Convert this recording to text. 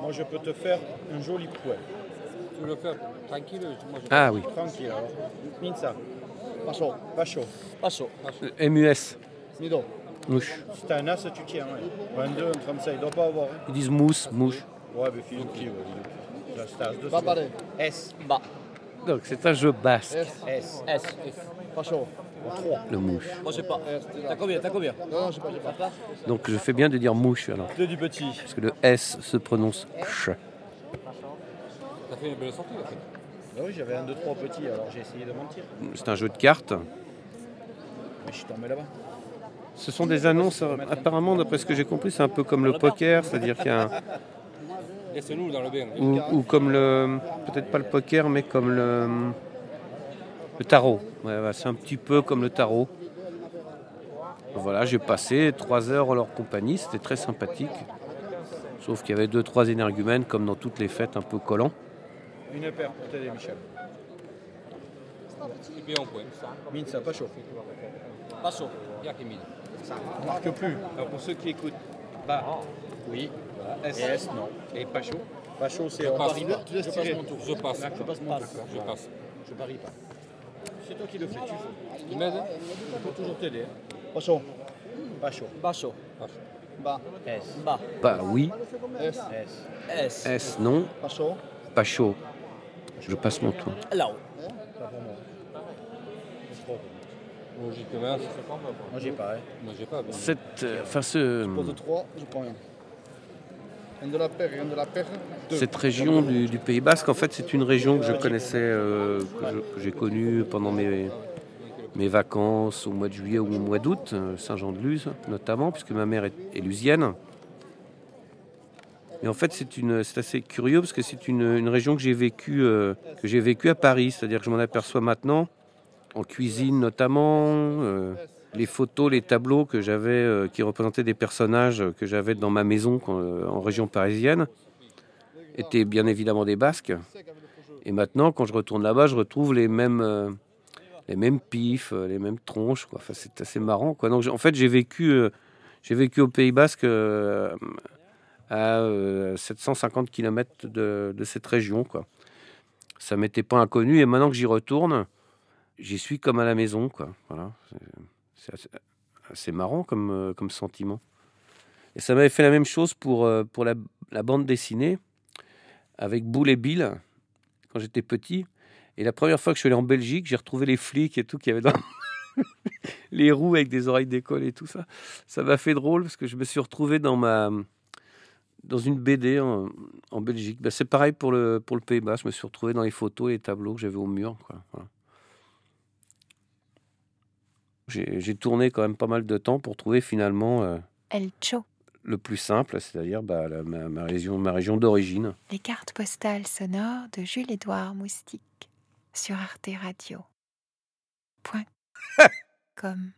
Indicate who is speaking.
Speaker 1: Moi, je peux te faire un joli poêle.
Speaker 2: Tu le fais tranquille moi, je-
Speaker 3: Ah oui,
Speaker 1: Tranquille, alors. Minza,
Speaker 4: Passo,
Speaker 1: Pacho,
Speaker 4: passo,
Speaker 3: MUS,
Speaker 4: Mido.
Speaker 3: mouche.
Speaker 1: c'est un as, tu tiens. Ouais. Un 2, un 35, il doit pas avoir. hein.
Speaker 3: Ils disent mousse, mouche.
Speaker 1: Ouais, mais fille, qui ouais, dis donc. Là, c'est as 2.
Speaker 4: Va parler.
Speaker 1: S,
Speaker 2: Bas.
Speaker 3: Donc c'est un jeu basque,
Speaker 4: Est,
Speaker 1: S,
Speaker 2: S.
Speaker 4: passo.
Speaker 1: 3.
Speaker 3: le mouche.
Speaker 2: Moi, j'ai pas. T'as combien T'as combien
Speaker 4: Non, non, je sais pas, je sais pas.
Speaker 3: Donc je fais bien de dire mouche alors,
Speaker 2: Deux du petit.
Speaker 3: parce que le S se prononce ch.
Speaker 2: T'as fait une belle sortie, en fait.
Speaker 1: Bah oui, j'avais un 2, 3 petit, alors j'ai essayé de mentir.
Speaker 3: C'est un jeu de cartes.
Speaker 1: Mais je suis tombé là-bas.
Speaker 3: Ce sont des annonces, euh, apparemment, d'après ce que j'ai compris, c'est un peu comme le poker, c'est-à-dire qu'il y a un,
Speaker 2: Laisse-nous dans le bain.
Speaker 3: ou, ou comme le, peut-être pas le poker, mais comme le, le tarot. Ouais, ouais, c'est un petit peu comme le tarot. Voilà, j'ai passé trois heures en leur compagnie, c'était très sympathique. Sauf qu'il y avait deux, trois énergumènes, comme dans toutes les fêtes, un peu collants.
Speaker 1: Une paire pour t'aider, Michel.
Speaker 2: Et puis, on point.
Speaker 1: Minza, Pacho.
Speaker 2: Passo. Bien qu'il mine.
Speaker 1: On marque plus. Alors pour ceux qui écoutent, bas, oui, S, et S, non. Et Pacho Pacho, c'est on
Speaker 2: passe.
Speaker 1: parie pas.
Speaker 4: Tu laisses
Speaker 1: Je passe
Speaker 4: tirer.
Speaker 1: mon tour.
Speaker 2: Je passe.
Speaker 1: Là, je passe mon tour.
Speaker 2: Je passe.
Speaker 1: Je parie pas. C'est toi qui le fais, tu fais.
Speaker 2: Tu m'aides
Speaker 1: On peut toujours t'aider. hein.
Speaker 4: Passo,
Speaker 1: Pacho.
Speaker 2: Passo.
Speaker 4: ba,
Speaker 1: S.
Speaker 2: Bas.
Speaker 3: Bah oui,
Speaker 4: est,
Speaker 1: S.
Speaker 2: S.
Speaker 3: S non,
Speaker 4: passo,
Speaker 3: pas chaud. Je passe mon tour.
Speaker 2: Là-haut.
Speaker 1: C'est trop.
Speaker 2: Logiquement,
Speaker 1: Moi j'ai pas. hein.
Speaker 2: moi, j'ai pas. mais-
Speaker 3: Cette, euh, enfin, ce-
Speaker 4: pose 3, je prends rien. Un de la paire, un de la paire, deux.
Speaker 3: cette région du, du Pays Basque, en fait, c'est une région que je connaissais, euh, que je- que j'ai connue pendant mes, mes vacances au mois de juillet ou au mois d'août, euh, Saint-Jean-de-Luz notamment, puisque ma mère est, est lusienne. Et en fait, c'est une- c'est assez curieux parce que c'est une, une région que j'ai vécue euh, que j'ai vécue à Paris, c'est-à-dire que je m'en aperçois maintenant, en cuisine notamment, euh, les photos, les tableaux que j'avais, euh, qui représentaient des personnages que j'avais dans ma maison quand, euh, en région parisienne étaient bien évidemment des Basques. Et maintenant, quand je retourne là-bas, je retrouve les mêmes, euh, les mêmes pifs, euh, les mêmes tronches. Quoi. Enfin, c'est assez marrant. Quoi. Donc, j'ai- en fait, j'ai vécu, euh, j'ai vécu au Pays Basque euh, à euh, 750 km de, de cette région. Quoi. Ça m'était pas inconnu. Et maintenant que j'y retourne, j'y suis comme à la maison. Quoi. Voilà. C'est- C'est assez, assez marrant comme, euh, comme sentiment. Et ça m'avait fait la même chose pour, euh, pour la- la bande dessinée avec Boule et Bill quand j'étais petit. Et la première fois que je suis allé en Belgique, j'ai retrouvé les flics et tout qu'il y avait dans les roues avec des oreilles d'école et tout ça. Ça m'a fait drôle parce que je me suis retrouvé dans ma dans une BD en, en Belgique. Bah, c'est pareil pour le pour le Pays Bas. Je me suis retrouvé dans les photos et les tableaux que j'avais au mur. quoi. Voilà. J'ai j'ai tourné quand même pas mal de temps pour trouver finalement euh,
Speaker 5: El Cho.
Speaker 3: le plus simple, c'est-à-dire bah, la- ma- ma région ma région d'origine.
Speaker 5: Les cartes postales sonores de Jules-Édouard Moustique sur Arte Radio. Point. Comme.